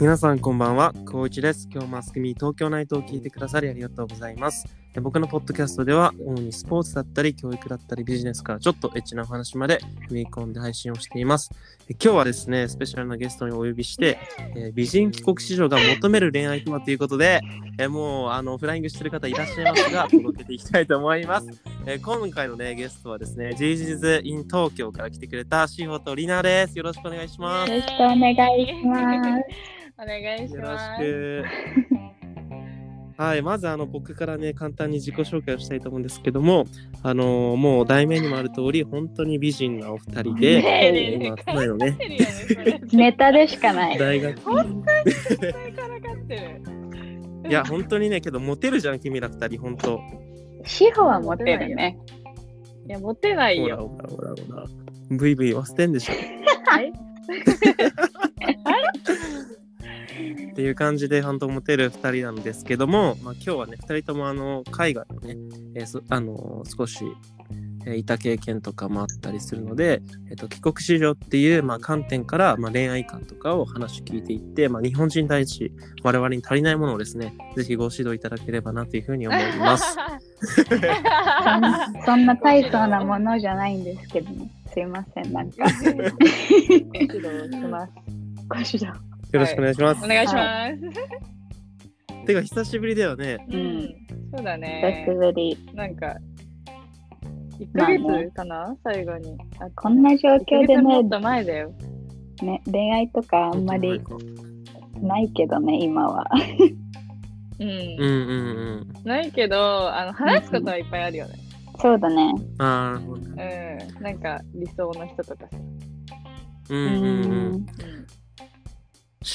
皆さんこんばんは、こういちです。今日マスコミ東京ナイトを聞いてくださりありがとうございます。で僕のポッドキャストでは、主にスポーツだったり、教育だったり、ビジネスからちょっとエッチなお話まで踏み込んで配信をしています。え今日はですね、スペシャルなゲストにお呼びして、えー美人帰国子女が求める恋愛とはということで、えもうあのフライングしてる方いらっしゃいますが、届けていきたいと思います。えー今回のね、ゲストはですね、GG's in 東京から来てくれた志保とりなです。よろしくお願いします。よろしくお願いします。お願いしよろましす。く。 はい、まずあの僕からね、簡単に自己紹介をしたいと思うんですけども、あのーもう題名にもある通り、本当に美人なお二人で、 ねええー今、都内のね、てるよねそれネタでしかない。大学、本当にからかってる。いや、本当にね、けどモテるじゃん、君ら二人、本当。志保はモテる ね。いや、モテないほらよ。ほらほらほら。ブイブイ忘れんでしょ。はい。っていう感じで本当モテる2人なんですけども、まあ、今日はね2人ともあの海外にね、えーそあの少し、えーいた経験とかもあったりするので、えー、と帰国子女っていう、まあ、観点から、まあ、恋愛観とかを話聞いていって、まあ、日本人第一我々に足りないものをですねぜひご指導いただければなというふうに思います。 そんそんな大層なものじゃないんですけどね。すいません、なんか。指導し ます。ご指導。よろしくお願いします。お願いします。てか久しぶりだよね。うん。そうだ久ねし。ぶり。なんか、1まあヶね月かな最後に。あこんな状況で一ヶ月もねっと前だよ。ね、恋愛とかあんまりないけどね、今は。ううんん。うんうん。ないけど、あの話すことはいっぱいあるよね。そうだね。ああ、なるほどねうん。なんか、理想の人とかさ。うんううんうん。ん。うん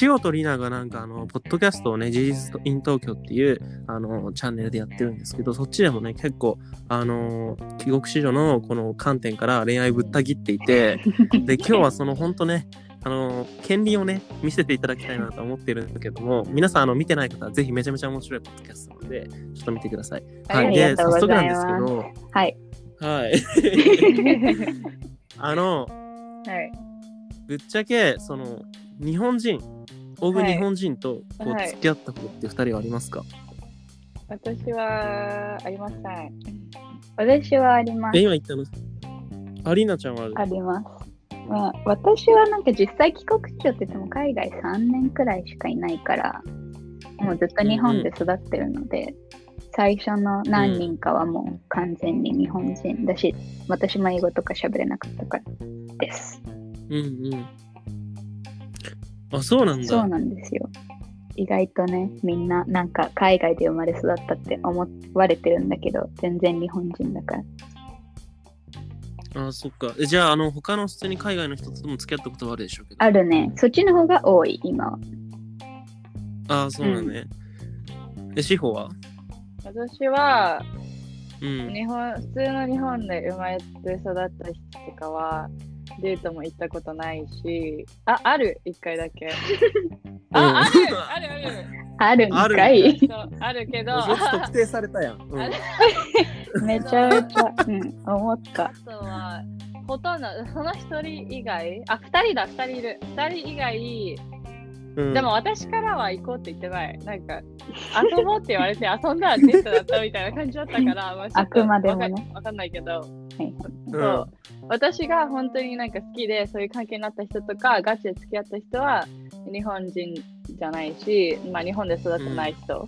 塩とリナがなんかあの、ポッドキャストをね、事実とイン東京っていうあのチャンネルでやってるんですけど、そっちでもね、結構、あの帰国子女のこの観点から恋愛ぶった切ってい て、で、今日はその本当ね、あの、権利をね、見せていただきたいなと思ってるんだけども、皆さん、あの、見てない方はぜひめちゃめちゃ面白いポッドキャストなので、ちょっと見てください。ありで、がと早うご速ざなんいでますすけど、はい。はい。 あの、 はい。ぶっちゃけその日本人オブはい日本人とこうはい付き合ったことって2人はありますか、私はありません。私はありまえす。今言ったのアリーナちゃんはあるあります。まあ、私はなんか実際帰国子女って言っても海外3年くらいしかいないからもうずっと日本で育ってるので、最初の何人かはもう完全に日本人だし、私も英語とか喋れなかったからですうんうんあそうなんだそうなんですよ意外とねみんななんか海外で生まれ育ったって思われてるんだけど全然日本人だからあそっかえじゃああの他の普通に海外の人とも付き合ったことはあるでしょうけどあるねそっちの方が多い今はあそうなんね、え志保は私はうん日本普通の日本で生まれて育った人とかはデートも行ったことないし、あ、ある一回だけ。うんあ、あるあるある あるんあるかいそうあるけど、 一つ特定されたやん、うんあれ めちゃめちゃ、うん、思ったあとはほとんどその一人以外、あ、二人だ二人いる二人以外。うんでも私からは行こうって言ってない。なんか、遊ぼうって言われて遊んだらデートだったみたいな感じだった から、まあちょっとあくまでもわねかわかんないけど、うそう私が本当になんか好きで、そういう関係になった人とか、ガチで付き合った人は、日本人じゃないし、まあ日本で育ってない人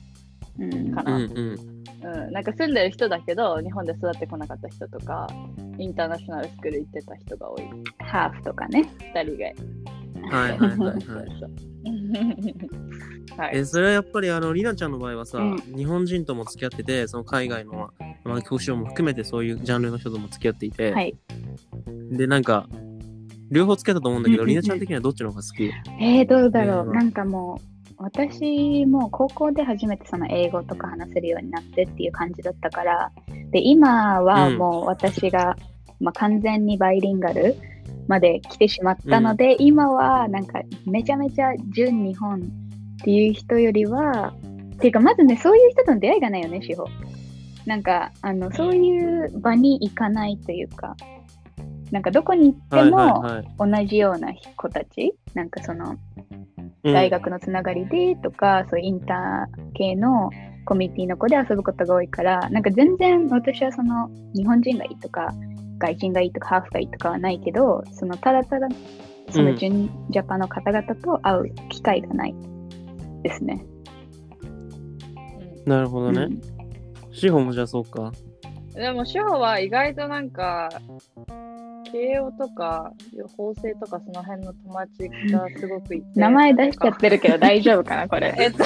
うんかうな。うんん、なんか住んでる人だけど、日本で育ってこなかった人とか、インターナショナルスクール行ってた人が多い。ハーフとかね。二人が。うんはいはいはい はいはい。えそれはやっぱりあのりなちゃんの場合はさ、うん日本人とも付き合っててその海外の、まあ、教師も含めてそういうジャンルの人とも付き合っていて、はい。でなんか両方付き合ったと思うんだけどうんうりんうなんちゃん的にはどっちの方が好きえー、どうだろうんう。なんかもう、私も高校で初めてその英語とか話せるようになってっていう感じだったから、で、今はもう私が、まあ、完全にバイリンガルまで来てしまったので、今はなんかめちゃめちゃ純日本っていう人よりは、っていうかまずね、そういう人との出会いがないよね、志保。なんか、あの、そういう場に行かないというか、なんかどこに行っても、はいはいはい同じような子たちなんかそのうん大学のつながりでとか、そういうインター系のコミュニティの子で遊ぶことが多いからなんか全然私はその日本人がいいとか外人がいいとかハーフがいいとかはないけどそのただただその純、ジャパンの方々と会う機会がないですね。なるほどね。志保もじゃあそうか。でも、志保は意外となんか、慶応とか、法政とか、その辺の友達がすごくいて。名前出しちゃってるけど大丈夫かなこえれ。っと、えっと、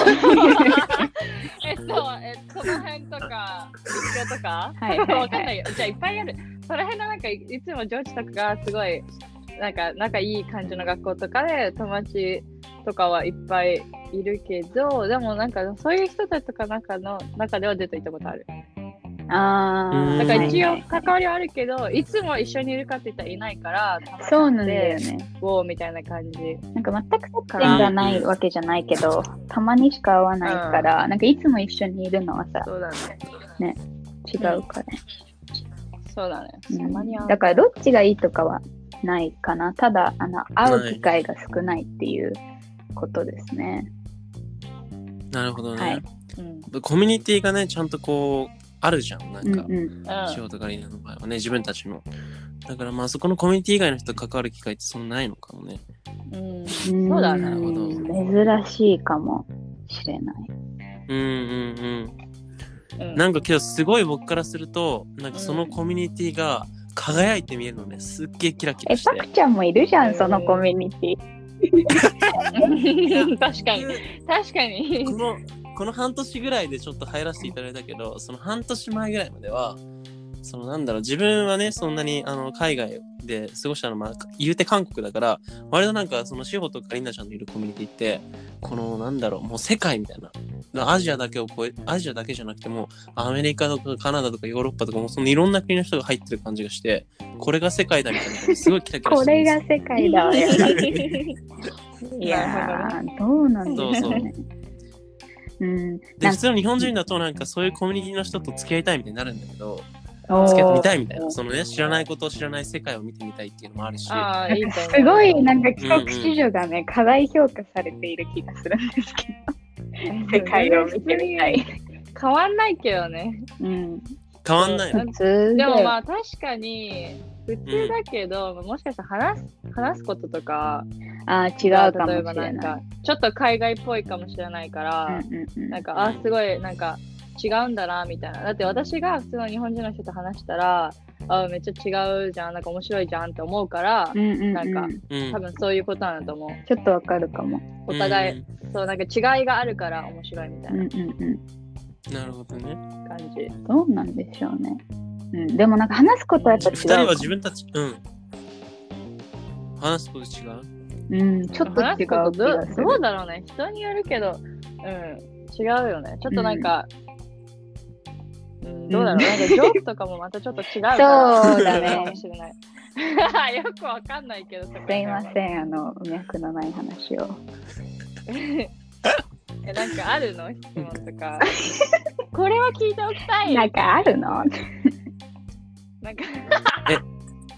えっと、その辺とか、立教と か、 はいはいはいわかんないよ。じゃあ、いっぱいある。その辺のなんか、いつも上司とかがすごい、なんか、仲いい感じの学校とかで、友達とかはいっぱいいるけど、でもなんか、そういう人たちとか中の中では出ていたことある。あうあ。んだから一は応いはい関わりはあるけど、いつも一緒にいるかって言ったらいないから、そうなんだよね。おーみたいな感じ。なんか全く接点がないわけじゃないけど、たまにしか会わないから、なんかいつも一緒にいるのはさ、そうだね。違うからね。そうだね。うたまにはんだからどっちがいいとかはないかな。ただ、あの、会う機会が少ないっていうことですね。なるほどね。はいうん。コミュニティがね、ちゃんとこう、あるじゃん。なんうんか、うん。仕事がりの場合はね、自分たちの。だからまあそこのコミュニティ以外の人と関わる機会ってそんなないのかもね。うん。うんんそうだなるほど珍しいかもしれない。うんうんうん。うんなんかけどすごい僕からすると、なんかそのコミュニティが輝いて見えるのね。すっげえキラキえ、ラしてパ。クちゃんもいるじゃうんん、そのコミュニティ。 確かに。確かにこ。 のこの半年ぐらいでちょっと入らせていただいたけどその半年前ぐらいまではそのなんだろう自分はねそんなにあの海外で過ごしたのまあ言うて韓国だから割となんかその志保とかりんなちゃんのいるコミュニティってこのなんだろうもう世界みたいなアジアだけを超えアジアだけじゃなくてもアメリカとかカナダとかヨーロッパとかもうそのいろんな国の人が入ってる感じがしてこれが世界だみたいなすごいキラキラし こてるれんですが世界だ わよ。いなやるほどー、どうなんですかね。うん、でなん普通の日本人だとなんかそういうコミュニティの人と付き合いたいみたいになるんだけど、お付き合ってみーたいみたいな、そのね、知らないことを知らない世界を見てみたいっていうのもあるし、ああ、いいと思う。すごいなんか帰国子女がね、課題評価されている気がするんですけど、世界を見てみたい。変わんないけどね。うん、変わんない の。普通でだよもまあ確かに、普通だけど、もしかしたら話す話すこととか、あー違うかも例しえればない。んか、ちょっと海外っぽいかもしれないから、うんうんうんなんか、あ、すごい、なんか、違うんだな、みたいな。だって私が普通の日本人の人と話したら、あめっちゃ違うじゃん、なんか面白いじゃんって思うから、うんうんうんなんかうん多分そういうことなんだと思う。ちょっとわかるかも。お互い、うそう、なんか違いがあるから面白いみたいうんなうんうん。んなるほどね。感じ。どうなんでしょうね。うん、でもなんか話すことはやっぱ二違う人かもは自分たち、うん。話すこと違ううん、ちょっと違う話気すことがどうすどる。うだろうね、人によるけど、うん、違うよね。ちょっとなんか、うんどうだろう、なんかジョークとかもまたちょっと違うからそうだねかもしれない。 よくわかんないけど、すすいません、あの、脈のない話を。えなんかあるの質問とかこれは聞いておきたいなんかあるのなんか、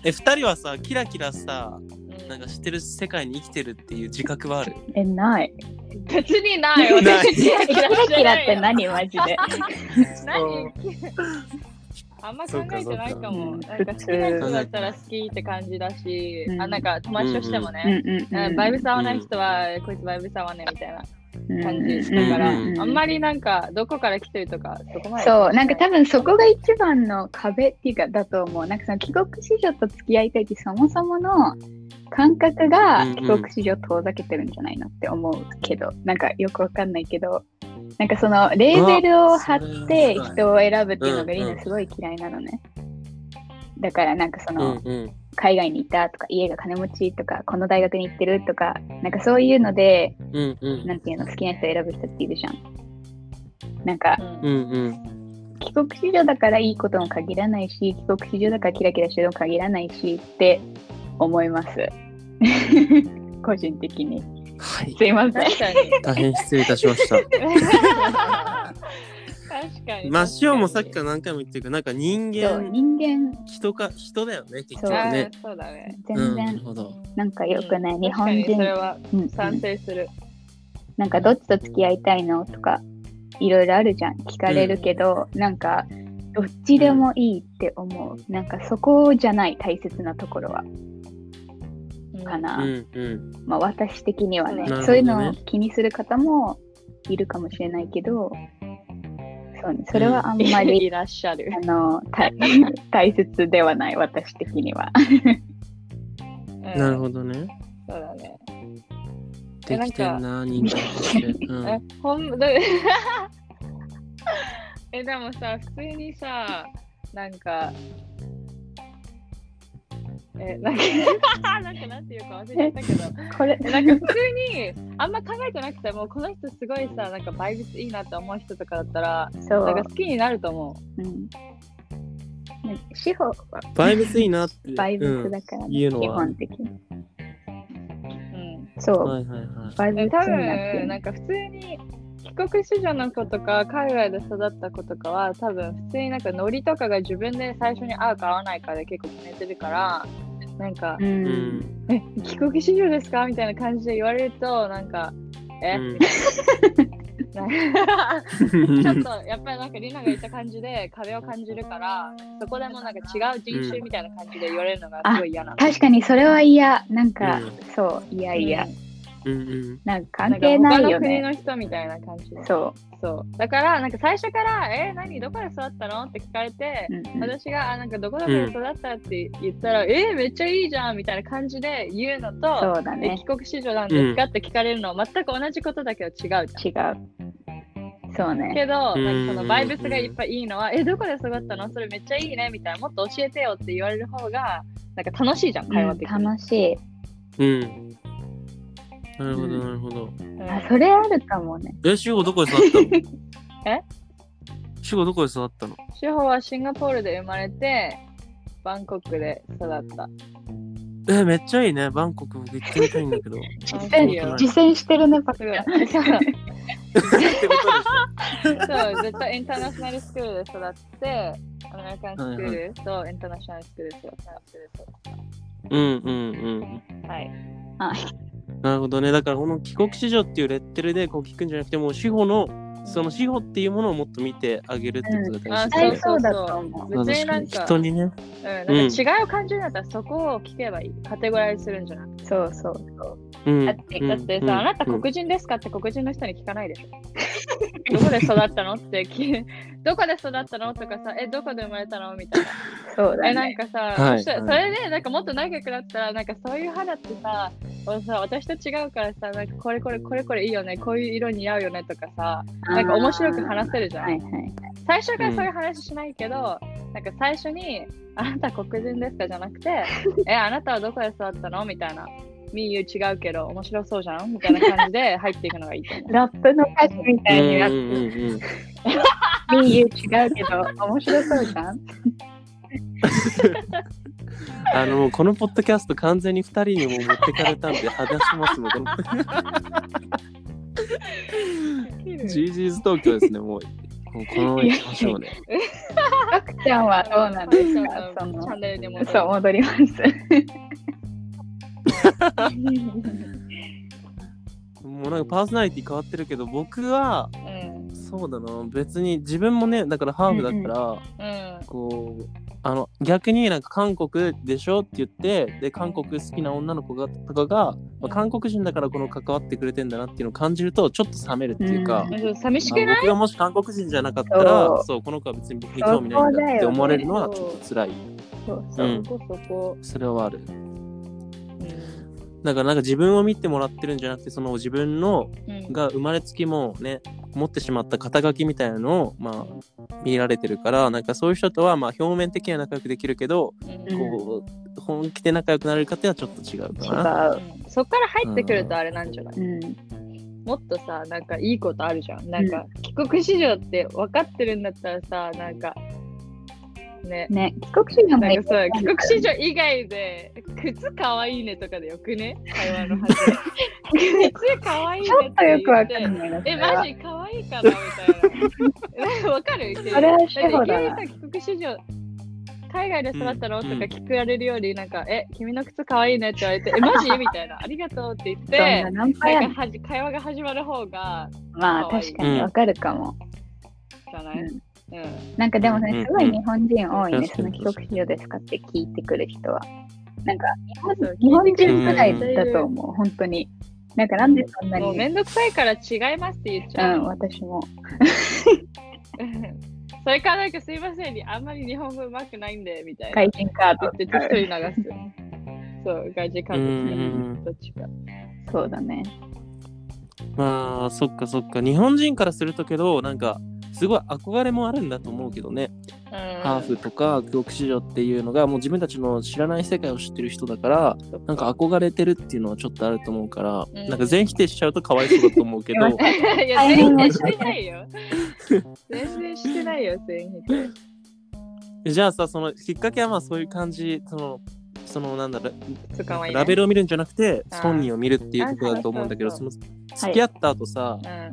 え、二人はさ、キラキラさ、うんなんか知ってる世界に生きてるっていう自覚はある。え、ない。別にないない私キラキキララしてキラなっいてよ何マジで。何あんま考えてないかもそなんうかそうかか好きな人だったら好きって感じだし、うんあなんか友達としてもね、うんうんううんん。バイブス合わない人は、こいつバイブス合わねえみたいな感じうんだから、うんうんあんまりなんかどこから来てるとかそこまでそう、なんか多分そこが一番の壁っていうかだと思う。なんかその帰国子女と付き合いたいってそもそもの感覚がうんうん帰国子女を遠ざけてるんじゃないのって思うけど、なんかよくわかんないけど、なんかそのレーベルを貼ってあそれは人を選ぶっていうのがうんリうんーナすごい嫌いなのね。だからなんかそうの、んうん。海外にいたとか家が金持ちとかこの大学に行ってるとかなんかそういうのでうんうん。なんていうの好きな人を選ぶ人っているじゃん。なんかうんうんうん。帰国子女だからいいことも限らないし帰国子女だからキラキラしてるのも限らないしって思います 個人的にはい。すいません確かに大変失礼いたしました。確かにマシオもさっきから何回も言ってるけど、なんか人そう間、人間人か、人だよね、結そ局うあーね。そうだねう全ん、なる然ほど。なんか良くない、うん日本確かにそれ人はうん賛成する、なんかどっちと付き合いたいのとかいろいろあるじゃん聞かれるけど、なんかどっちでもいいって思う、なんかそこじゃない大切なところはかな、うんうんまあ、私的にはねなるほどねそういうのを気にする方もいるかもしれないけどそう、ね、それはあんまり、いらっしゃる。あの 大大切ではない私的には。なるど。ほどね。そうだね。えできてんな、人間として。うんえ、ほん、だ え、でもさ、普通にさ、なんか、え、なんか、なんか なんていうか忘れちゃったけど。これなんか普通にあんま考えてなくてもこの人すごいさなんかバイブスいいなって思う人とかだったらそうなんか好きになると思うん。司法は バイブスいいなって。バイブうスんだから、言うのは基本的に。う、うん、そう、はいはいはい。バイブスえに多なって分るなんか普通に帰国子女の子とか海外で育った子とかは多分普通になんかノリとかが自分で最初に合うか合わないかで結構決めてるからなんかう。うんん。 「え帰国子女ですか?」みたいな感じで言われるとなんか「え、うんなんかちょっとやっぱりなんかリナが言った感じで壁を感じるからそこでもなんか違う人種みたいな感じで言われるのがすごい嫌なの、確かにそれは嫌。なんか、うんそう、いやいや、うんうん。なんか関係ななんいよね。か他の国の人みたいな感じでそうそだからなんか最初から「え何どこで育ったの?」って聞かれてう。う、んうん私があなんかどこどこで育ったって言ったら「えめっちゃいいじゃん」みたいな感じで言うのとそうだえね帰。国子女なんですか?」って聞かれるのは全く同じことだけど違うじゃん。違う。そうね。けど、なんかそうんのバイブスがいっぱいいいのは、え、どこで育ったのそれめっちゃいいねみたいな、もっと教えてよって言われる方が、なんか楽しいじゃん、会話うん的に。楽しい。うん。なるほど、なるほど。うんあ、それあるかもね。え、主語どこで育 ったのえ主語どこで育ったの志保はシンガポールで生まれて、バンコクで育った。え、めっちゃいいね。バンコク僕行ってみたいんだけ ど。って実あいい践よ実践してるね、パクす ごいが。そうことでしそう、絶対インターナショナルスクールで育って、アメリカンスクールとインターナショナルスクールで育っょ。うんうんうん。た。はい。なるほどね。だからこの帰国子女っていうレッテルでこう聞くんじゃなくて、もう司法の、その司法っていうものをもっと見てあげるってことが大事絶対そうだと思う。だ別になんあのか、人にね。うん、なんか違いを感じるんだったらそこを聞けばいい。カテゴライズするんじゃなくてそうそうそう。うんだって、だってさ、あなた黒人ですかって黒人の人に聞かない でしょ。どこで育ったのって聞いどこで育ったのとかさ、え、どこで生まれたのみたいな。そうだえ、なね。んかさ、はいそしたらそれで、なんかもっと長くなったら、なんかそういう肌ってさ、俺さ私と違うからさ、なんかこれこれこれこれいいよね、こういう色似合うよねとかさ、なんか面白く話せるじゃん。はいはい。最初からそういう話しないけど、なんか最初に「あなた黒人ですか?」じゃなく て「えあなたはどこで育ったの?」みたいな「みゆ違うけど面白そうじゃん?」みたいな感じで 入っていくのがいいと思う。ラップの歌詞みたいになってうんうんうんうん理由違うけど、面白そうじゃん。あのもうこのポッドキャスト完全に2人にもう持ってかれたんで話しますもんこの GG's 東京ですねもうもうこのまま行きましょうねパクちゃんはどうなんですかそそのチャのンネルにもそう、戻り ます。もうなんかパーソナリティ変わってるけど僕はうんそうだな別に自分もねだからハーフだから、うんこうあの逆になんか韓国でしょって言ってで韓国好きな女の子がとかが、まあ韓国人だからこの関わってくれてんだなっていうのを感じるとちょっと冷めるっていうか、うんえそう寂しあくない僕がもし韓国人じゃなかったらそそううこの子は別に僕に興味ないんだって思われるのはそうちょっと辛だよねいそうそううんそこそこ、それはあるうんだからなんか自分を見てもらってるんじゃなくてその自分のうんが生まれつきもうね持ってしまった肩書きみたいなのをまあ見られてるからなんかそういう人とはまあ表面的には仲良くできるけどうんこう本気で仲良くなれる方はちょっと違う違かなう。うんそっから入ってくるとあれなんじゃないうん、もっとさなんかいいことあるじゃんなんか帰国子女って分かってるんだったらさなんかねね、帰国子女もないんいかそう帰国子女以外で靴かわいいねとかでよくね会話の 始め靴かわいいねちょっとよくわかいんないな。えマジかわいいかなみたいな わかるそれは司法だなだっていきなりさ帰国子女海外で育ったのとか聞かれるより、なんか、え、君の靴かわいいねって言われて、え、マ ジみたいな、ありがとうって言っそんてな、何回やなねんんかはじ会話が始まる方が、まあ可愛い確かにわかるかも。じゃない、ううん、なんかでもうんうんうねん、すごい日本人多いね、確そかのに帰国子女ですかって聞いてくる人は。なんか日本そう日本人ぐらいだと思う、本当に。なんかなんでそんなに、もううめんどくさいから違いますって言っちゃん、う。私も。 それからなんかすいませんに、あんまり日本語うまくないんで、みたいな。外人カー言ドって適当に流す。そう、外人カードどっちか。そうだね。まあそっかそっか日本人からするとけどなんかすごい憧れもあるんだと思うけどね、うんハーフとか帰国子女っていうのがもう自分たちの知らない世界を知ってる人だからなんか憧れてるっていうのはちょっとあると思うから、んなんか全否定しちゃうとかわいそうだと思うけどすいま いや、全然してないよ。全然してないよ、全然。じゃあさそのきっかけはまあそういう感じそのそのなんだろとかわいい、ね。ラベルを見るんじゃなくてあー本人を見るっていうところだと思うんだけどあーそその付き合った後さ、うん。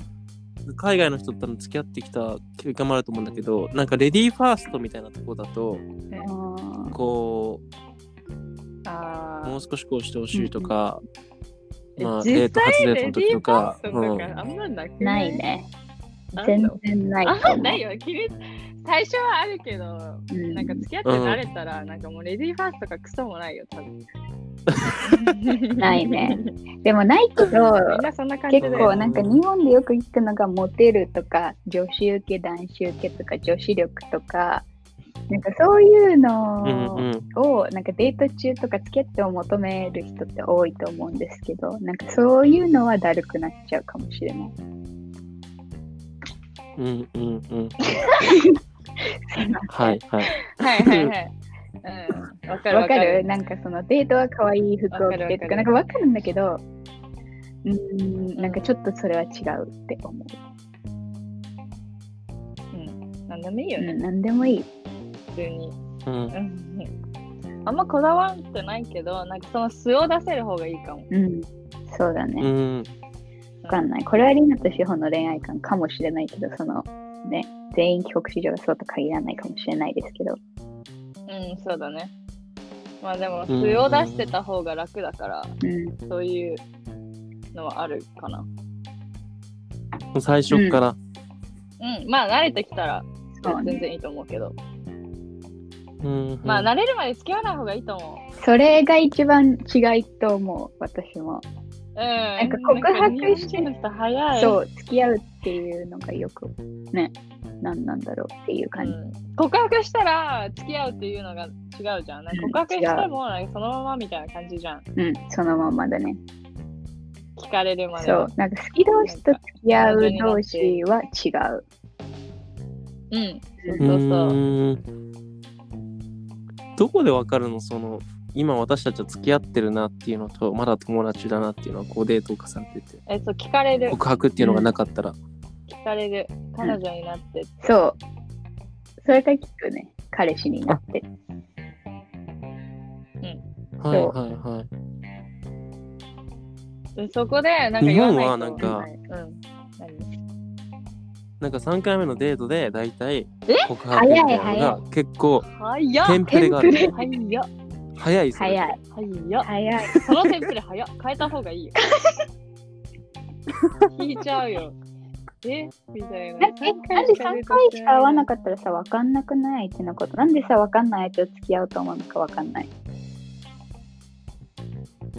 海外の人との付き合ってきた経験もあると思うんだけどなんかレディーファーストみたいなとこだとうんこあうあもう。少しこうしてほしいとか、えまあデー実ト初際デレートデのィ時ーとファーかストとうんかあんまなくない。ね。なんだ全然ないあんとま思う。ないよ。君最初はあるけど、うんなんか付き合って慣れたら、なんかもうレディーファーストがクソもないよ、多分。ないね。でもないけど、みんなそんな感じで。結構なんか日本でよく聞くのがモテるとか女子受け男子受けとか女子力とかなんかそういううんうのんをなんかデート中とか付き合ってを求める人って多いと思うんですけどなんかそういうのはだるくなっちゃうかもしれない。うんうん うんはいはいはいはいはい。うん。わかる わわかかるる。なんかそのデートは可愛い服を着てとかわかるわかるなんかわかるんだけどうーんなんかちょっとそれは違うって思う。うん。なんでもいいようね、ん、何でもいい。普通に。うんうん。あんまこだわってないけど、なんかその素を出せる方がいいかも。うん、そうだね。うんわかんない。これはリナとシホの恋愛観かもしれないけど、そのね、全員帰国子女がそうと限らないかもしれないですけど。うん、そうだね。まあでも、うんうんうん素を出してた方が楽だから、うん、そういうのはあるかな。もう最初っから、うん、まあ慣れてきたらそう全ね。然いいと思うけど、うんうんまあ慣れるまで付き合わない方がいいと思う。それが一番違いと思う、私も。うん、なんか告白してる人早い。そう、付き合うっていうのがよく、ね、何なんだろうっていうう感じ。ん、告白したら付き合うっていうのが違うじゃん。なんか告白うん違うしてもなんかそのままみたいな感じじゃん。うん、そのまんまだね。聞かれるまでそはう。、なんか好き同士と付き合う同士は違う。うん、うそうそうう。ーんどこでわかるのその今私たちは付き合ってるなっていうのとまだ友達だなっていうのはこうデートを重ねててえそう聞かれる、告白っていうのがなかったら、聞かれる。彼女になって。そう。それが聞くね、彼氏になって。はいはいはいでそこで、なんか言わないと日本はうん何なんか3回目のデートで大体え告白みたいなの早い早が結構早っテンプレがあるテンプレ早っ早いそれ早い。早っ早い。そのテンプレ早っ変えた方がいい よ。引いちゃうよ。えみたいな。なんえなんで3回しか会わなかったらさ、分かんなくない相手のこと。なんでさ、分かんない相手と付き合おうと思うのか分かんない。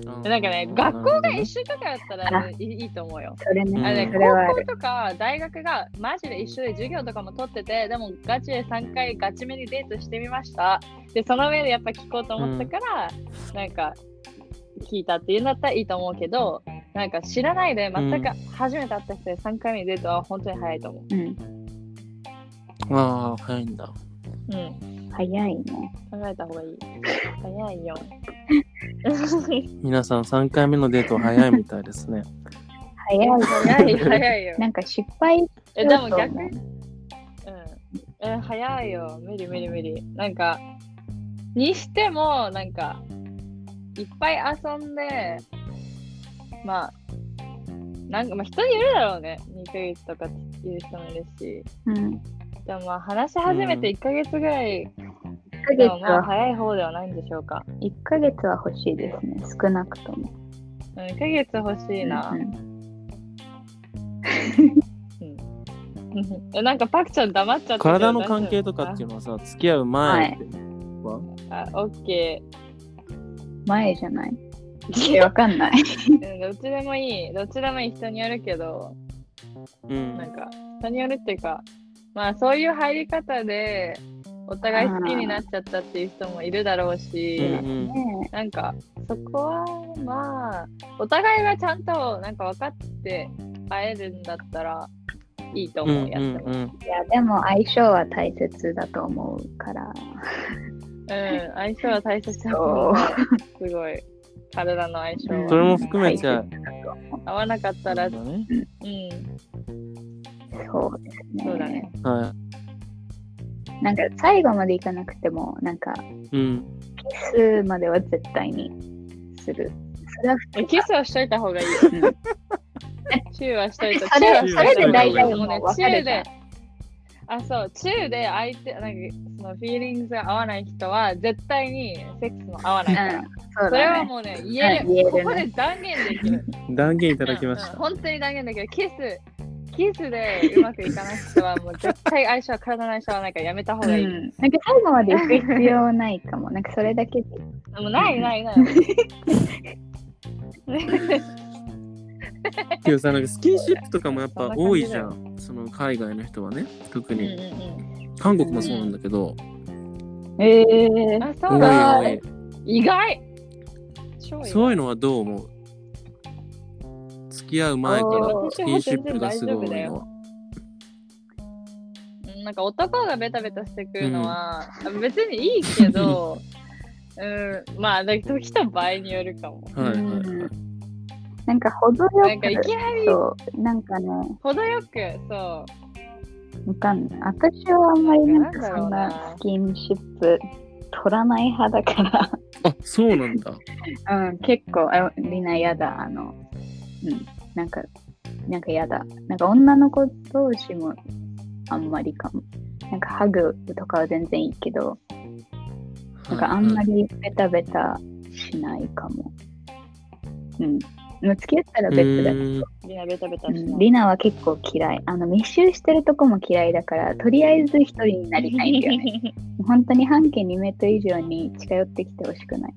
なんなんかね、学校が一緒とかだったら、ね、いいいと思うよ。それね、うんあのそれはあね、る。高校とか大学がマジで一緒で授業とかも取ってて、でもガチで3回ガチめにデートしてみました。で、その上でやっぱ聞こうと思ったから、なんか聞いたっていうんだったらいいと思うけど、なんか知らないで全く初めて会った人で3回目にデートは本当に早いと思う。うん、ああ早いんだうん早いね。考えた方がいい。早いよ。皆さん3回目のデートは早いみたいです ね早い。 早い早いよ。なんか失敗しえ、でもようと逆思うに。うん。え、早いよ。無理無理無理。なんか、にしても、なんか、いっぱい遊んで、まあ、なんか、まあ人によるだろうね。2ヶ月とかっていう人もいるし。うん。でもまあ、話し始めて1ヶ月ぐらいヶで月もまあは、早い方ではないんでしょうか。一ヶ月は欲しいですね。少なくとも。うん、1ヶ月欲しいなう。ん え、なんかパクちゃん黙っちゃってる体の関係とかっていうのはさ、付き合う前って、あ、オッケ前じゃない。ー。え、わかんない。うんどっちでもいい。どっちでもいい人によるけど、うんなんか、人によるっていうか、まあそういう入り方で、お互い好きになっちゃったっていう人もいるだろうし、うんうんねなんかそこはまあお互いがちゃんとなんか分かって会えるんだったらいいとうん思う、やっても。ううんんうんえいや、でも相性は大切だと思うから。相性は大切だと思う。すごい。体の相性は、それも含めちゃ合わなかったら、だうん、ね。そうですね。そうだね。はなんか最後までいかなくても、なんかい。うん。キスまでは絶対にする。それは普通えキスはしといた方がいいよ。チューはしといた。それチューはしといたそれで大丈夫もうね、わチかューるじゃでん。あ、そう、チューで相手、なんか、そのフィーリングスが合わない人は、絶対にセックスも合わないから。そうそれだはね。もうね、言える。うん言えるねここで断言できる。断言いただきまし うんうんた。本当に断言だけど、キス、キスでうまくいかない人は、もう絶対相性は、体の相性はないからやめた方がいい。うんなんか最後まで行く必要ないかも。なんかそれだけで。もうないないない。ねけどさ、なんかスキンシップとかもやっぱ多いじゃん。その海外の人はね、特うんうに。ん韓国もそうなんだけど、えうんえ。あ、多いそうよだ。ね。意外超意外そういうのはどう思う付き合う前からおースキンシップがすごい多いのは。うんなんか男がベタベタしてくるのは、別にいいけ ど、うん、まあ、だけど時と場合によるかも。はいはいはい。なんか程よく。なんかいきなりそう。なんかね、程よく、そう。わかんない。私はあんまりなんかそんなスキンシップ取らない派だかあ、そうなんだ。ら、うん、結構、あみんな嫌だ、あの、うん、なんか、なんか嫌だ。なんか女の子同士もあんまりかも。なんかハグとかは全然いいけど、なんかあんまり。りベタベタしないかも。うん。もう付き合ったら別だけどうんみんなベタベタうしんない。リナは結構嫌い。あの密集してるとこも嫌いだから、とりあえず一人になりたいんだよね。 本当に半径2メートル以上に近寄ってきてほしくない。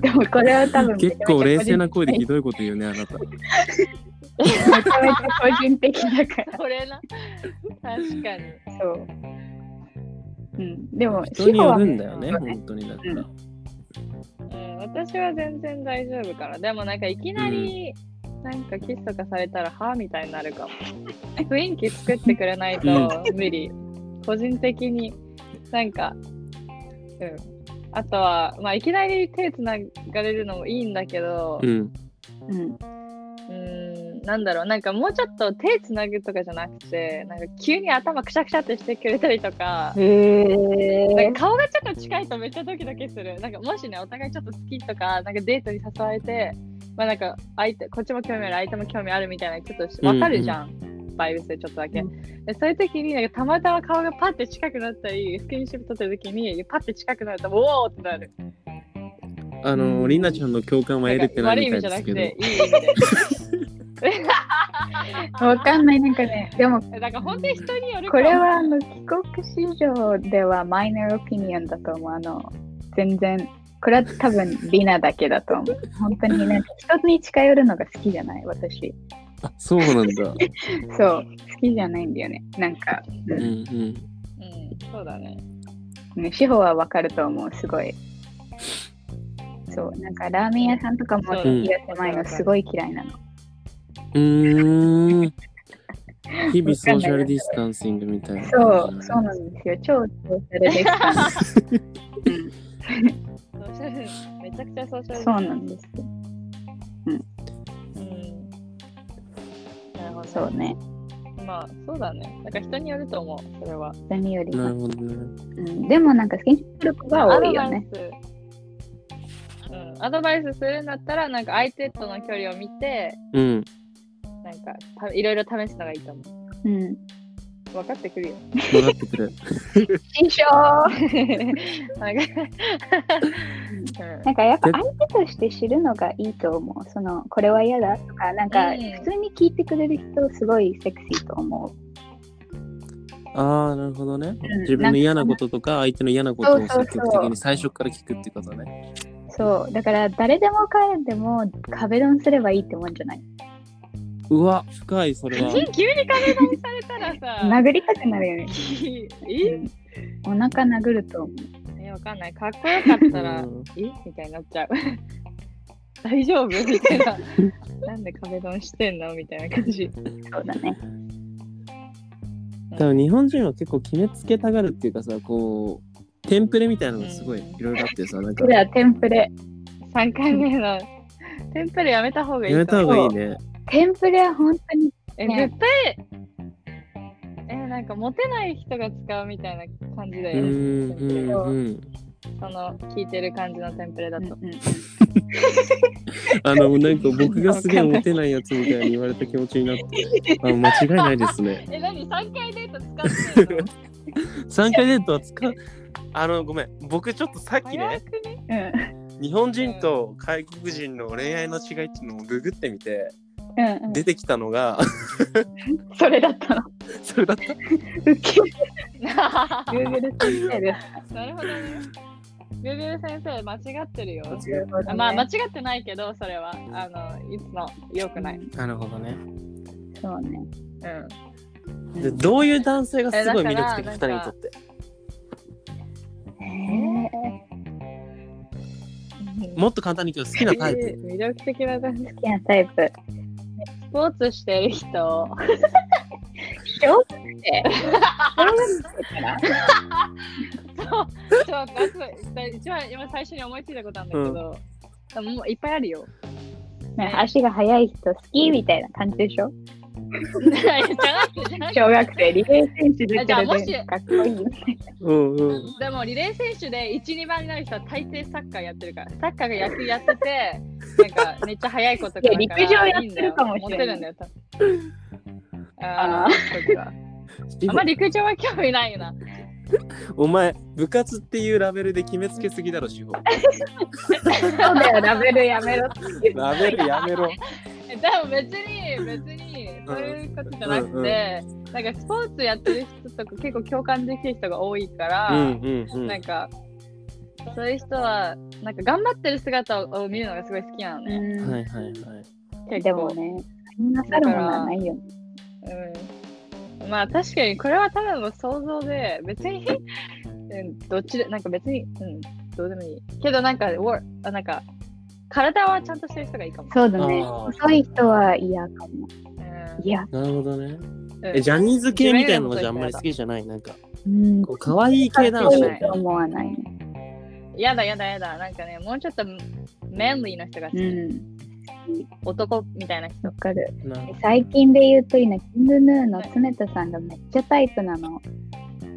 でもこれは多分結構冷静な。な声でひどいこと言うね、あなた。めちゃめちゃ個人的だか ら。これな。確かに。そう。うん、でも、人に志保よはるんだよね、そうね本当にだから。うん、私は全然大丈夫から。でもなんかいきなり、なんかキスとかされたら、はぁみたいになるかも。雰囲気作ってくれないと無理。個人的に、なんか、うん。あとは、まあ、いきなり手つながれるのもいいんだけど、うん。うん、うーんなんだろうなんかもうちょっと手つなぐとかじゃなくてなんか急に頭くしゃくしゃってしてくれたりとかへなんえ。か顔がちょっと近いとめっちゃドキドキするなんかもしねお互いちょっと好きとかなんかデートに誘われてまあなんか相手こっちも興味ある相手も興味あるみたいなちょっとわかるじゃん、バイブスでちょっとだけ、うでそういう時になんかたまたま顔がパッて近くなったりスキンシップ取ってる時にパッて近くなるとおおってなるあの、りなちゃんの共感は得れてないみたいなんでかす悪い意味じけどゃな。くていい意味でわかんない、なんかね、でも、 えなんか本当に人によるこかもれはあの帰国市場ではマイナーオピニオンだと思う。あの全然、これは多分リナだけだと思う。本当になんか人に近寄るのが好きじゃない、私。あ、そうなんだ。そう、好きじゃないんだよね。なんか、ううんんうん。うんそうだねね、志保はわかると思う、すごい。そう、なんかラーメン屋さんとかもそう気が狭いのすごい嫌いなの。うーん。日々ソーシャルディスタンシングみたいな。そう、そうなんですよ。超ソーシャルでした。ソーシャル めちゃくちゃソーシャルそうなんですよ。うんなるほどそうね。まあそうだねなんか人によると思うそれは人によりなかるほどね。うん、でもなんかスキンシップ力が多いよね。アドバイスうん、アドバイスするんだったらなんか相手との距離を見てうん。なんかたいろいろ試すのがいいと思ううん。分かってく るよ。分かってくる。新章なんかうんなんかやっぱ相手として知るのがいいと思う。その、これは嫌だとか、なんかうん普通に聞いてくれる人、すごいセクシーと思う。ああ、なるほどねうん。自分の嫌なこととか、相手の嫌なことを積極そう的そうそにう最初から聞くってことね。そう、だから誰でも彼でも壁ドンすればいいってもんじゃない。うわ、深い、そ れは。急に壁ドンされたらさ、殴りたく なるよね。えお腹殴ると思う。えわかんない。かっこよかったら、うんえみたいになっちゃう。 大丈夫みたいな。なんで壁ドンしてんのみたいな感じ。そうだね。多分日本人は結構決めつけたがるっていうかさ、こう、テンプレみたいなのがすごいいろいろあってさ、なんかそ、れはテンプレ。 3回目のテンプレやめた方がいいやと思めた方うがいいね。テンプレは本当にえ、ね絶対、え、なんかモテない人が使うみたいな感じだうん、うよ。ん、うん。その聞いてる感じのテンプレだと。あの、なんか僕がすげえモテないやつみたいに言われた気持ちになって、あの間違いないですね。え、何 ?3 回デート使ってるの3回デートは使う。あの、ごめん、僕ちょっと さっき早ね、くねうん日本人と外国人の恋愛の違いっていうのをググってみて、うんう出てきたのが、ん。それ だったの。それだった。ウケる Google Google 先生です。なるほどね。Google 先生、間違ってるよ。なるほどあねまあ、間違ってないけど、それは。あの、いつも良くない。なるほどね。そうね。うん。でどういう男性がすごい魅力的2えだ人からにとってえもっと簡単に言うと好きなタイえプー魅力的な男性ー、好きなタイプ。スポーツしてる人。小学生小学生からそう、そう、あと一番今最初に思いついたことなんだけど、もういっぱいあるよ。 なんか足が速い人好きみたいな感じでしょじゃなくてじゃなくて小学生、リレー選手出てじゃあるもしでかっこいい。うんうんでもリレー選手で1、2番になる人は大抵サッカーやってるから、サッカーが野球やってて、なんかめっちゃ速いことからいや陸上やってるかもしれないんだよ。持ってるんだよ、多分ああ、そっか。あんま陸上は興味ないよな。お前部活っていうラベルで決めつけすぎだろ志 保そうだよ、ラベルやめろって言う。ラベルやめろでも別に、別に、そういうことじゃなうんうくんて、なんかスポーツやってる人とか結構共感できる人が多いから、うんうんうなんんか、そういう人は、なんか頑張ってる姿を見るのがすごい好きなのね。はいはいはい結構でもね、みんな去るものはないよね。うん。まあ確かにこれはただの想像で、別に、 うん、どっちで、なんか別に、うん、どうでもいい。けどなんか、おあなんか、体はちゃんとしてる人がいいかも。そうだね。あー細い人は嫌かも。うん嫌。なるほどねうんえジャニーズ系みたいなのじゃあんまり好きじゃないなんかうん。こう可愛い系なのいじいゃないと思わないね。やだやだやだ。なんかね、もうちょっとメンリーな人が好うき。ん。男みたいな人わ。かる。な最近で言うといいな、キングヌーの常田さんがめっちゃタイプなの。でも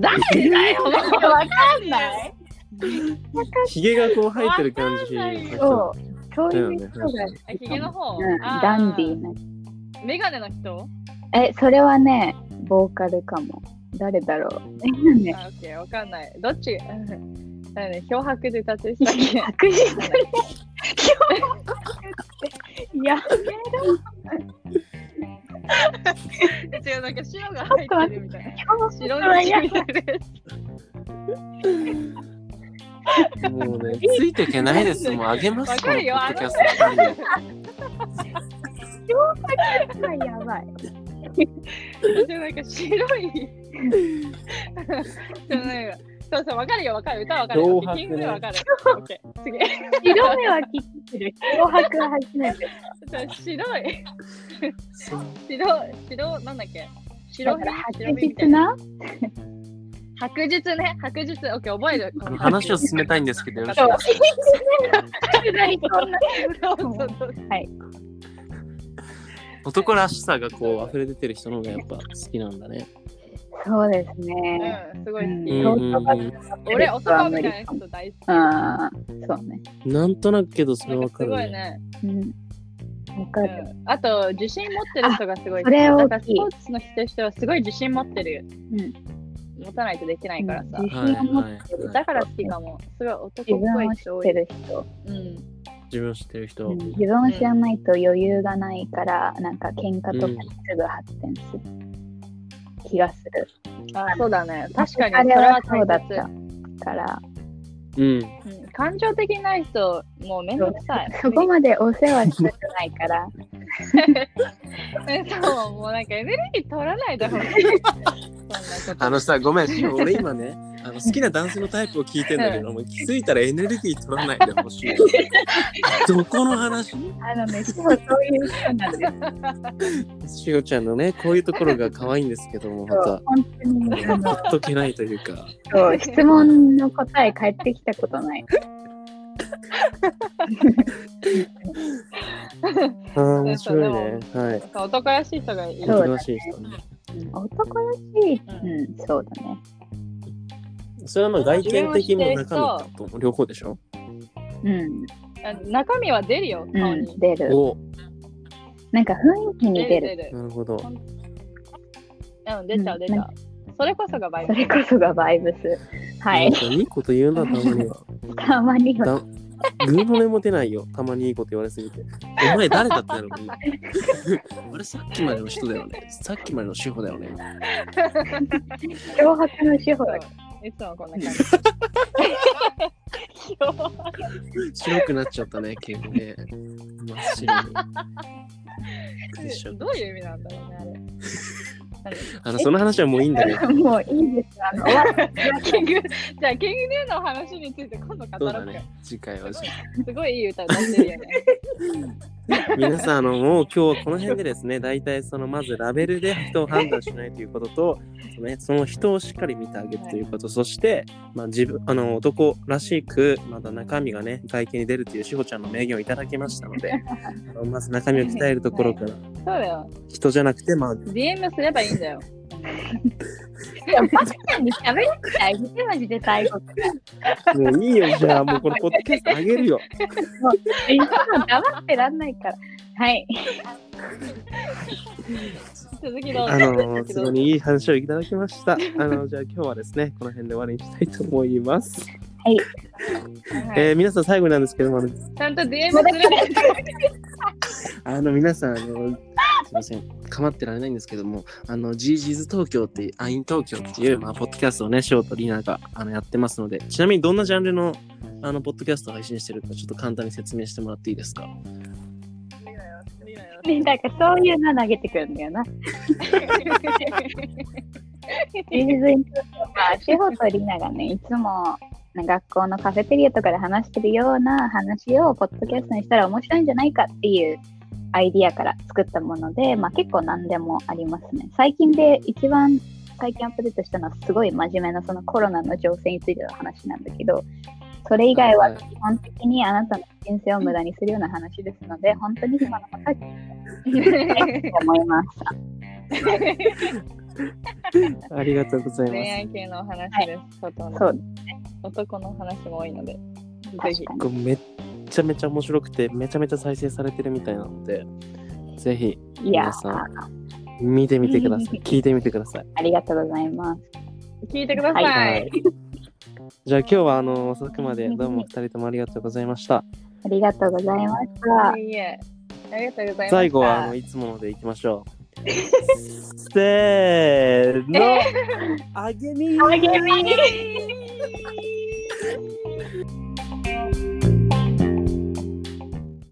誰だ よ、わかんない。ひげがこう生えてる感じわかんないよそう。そういう人が好あきヒかゲもの方。うん、あーダンディーな。メガネの人え、それはね、ボーカルかも。誰だろう。ね、あ、オッケー、わかんない。どっち うんなんかね、漂白で歌ってる人だっけ白人だね。や違う、なんか白が入ってるみたいな。めろ。白のはやみたい です。もう ねついていけないですもうあげますわかるよこのポッドキャスト二人にばいやばい。でもなんか白い。 でもなんかそうそう、わかるよ、わかる。歌わかる。漂オ白ねッケーキングでわかる。オッケー次。白目はきってる。紅白は初めて。そう白い。そう白い、白、なんだっけだ白からい、白白いみた日いな。な。白日ね、白日。オッケー、覚える。あの話を進めたいんですけどよろしいそうですかそんなそうそうそう。男らしさがこう溢れ出てる人の方がやっぱ好きなんだねそうですね。うん、すごい好き。うんうんうん俺、男みたいな人大好き。ああ、そうね。なんとなくけどそなれんわかかするごいねね。うん。わかる。うんあと自信持ってる人がすごいあそれな大きいんかスポーツの人としてはすごい自信持ってる持たないとできないからさ、自信を持ってる。だから好きかもすごい男自っぽ分いを知人っ多てい、る人、うん、自分を知ってる人。うん自分を知らないと余裕がないから、なんか喧嘩とかにすぐ発展する気がする。あそうだね確かにあそれれははそう大だっ切たから、うん。うん感情的にない人もうめんどくさい そこまでお世話したくないから、えそうもうなんかエネルギー取らないだ ろうそんなことあのさ、ごめん、し 俺今ね、あの好きな男性のタイプを聞いてんだけど、もう気づいたらエネルギー取らないでほしい。 どこの話あのね、しかもそういう人なんですよ。しおちゃんのね、こういうところが可愛いんですけども、また、本当に、あほのっとけないという か。そう質問の答え返ってきたことない。ああ、面白いね。はい。なんか男らしい人がいいそうだね珍しい人ね。うん男らしい、うん、そうだね。それはまあ外見的も中身とも両方でしょうん、あ中身は出るよ顔うにん、、出る。おなんか雰囲気に出る。出るなるほど。うん出ちゃう出ちゃう、それこそがバイそブれこそがバイブス。はい。なんかいいこと言うな、たまに は。たまにはだグーの音も出ないよ。たまにいいこと言われすぎて。お前誰だったの あれさっきまでの人だよね。さっきまでの主婦だよね。脅迫の手法だいつもこんな感じ。白くなっちゃったね、結構ね。真っ白に。でしょどういう意味なんだろうね、あれ。あのその話はもういいんだけど。から もういいです。あの、終わっキング、じゃあ、キングヌーの話について今度そ語うろだうかね。。次回は。すごいいい歌歌ってるよね。皆さん、あの、もう今日はこの辺でですね、大体その、まずラベルで人を判断しないということと、そのね、その人をしっかり見てあげるということ、そして、まあ、自分、あの、男らしく、まだ中身がね、外見に出るというしほちゃんの名言をいただきましたので、あのまず中身を鍛えるところから、そうだよ。人じゃなくて、まあ、 DM すればいいんだよ。て、バカちゃんに喋りたい。マジで最後。ももういいよ、じゃあ、もうこのポッドキャストあげるよ。う、いつも黙ってらんないから。はい。 続きどうぞ。あの、すごいいい話をいただきました。あの、じゃあ今日はですね、この辺で終わりにしたいと思います。はいえー皆さん最後なんですけども、ちゃんと DM すればいいんだよ。あの皆さんあのすいません構ってられないんですけどもあの g g s 東京っていうアイン東京っていう、まあ、ポッドキャストをねショーとリナがあのやってますのでちなみにどんなジャンルのあのポッドキャストを配信してるかちょっと簡単に説明してもらっていいですかいいのよね、だからそういうの投げてくるんだよな。シーズン2まあ、志保とリナがね、いつも学校のカフェテリアとかで話してるような話をポッドキャストにしたら面白いんじゃないかっていうアイディアから作ったもので、まあ、結構何でもありますね。最近で一番最近アップデートしたのはすごい真面目なそのコロナの情勢についての話なんだけど、それ以外は基本的にあなたの人生を無駄にするような話ですので、本当に暇なことはと思います。ありがとうござい恋ま愛系のお話です。ちょっとねそう、男の話も多いので。ぜ確ひか。すめっちゃめちゃ面白くてめちゃめちゃ再生されてるみたいなのでぜひに。いや皆さん見てみてください聞いてみてくださいありがとうございます。聞いてくださはいい。じゃあ今日はあの遅くまでどうも二人ともありがとうございましたありがとうございました。いえいえ。ありがとうございました。最後はあのいつものでいきましょう。 せーの、あげみー励みに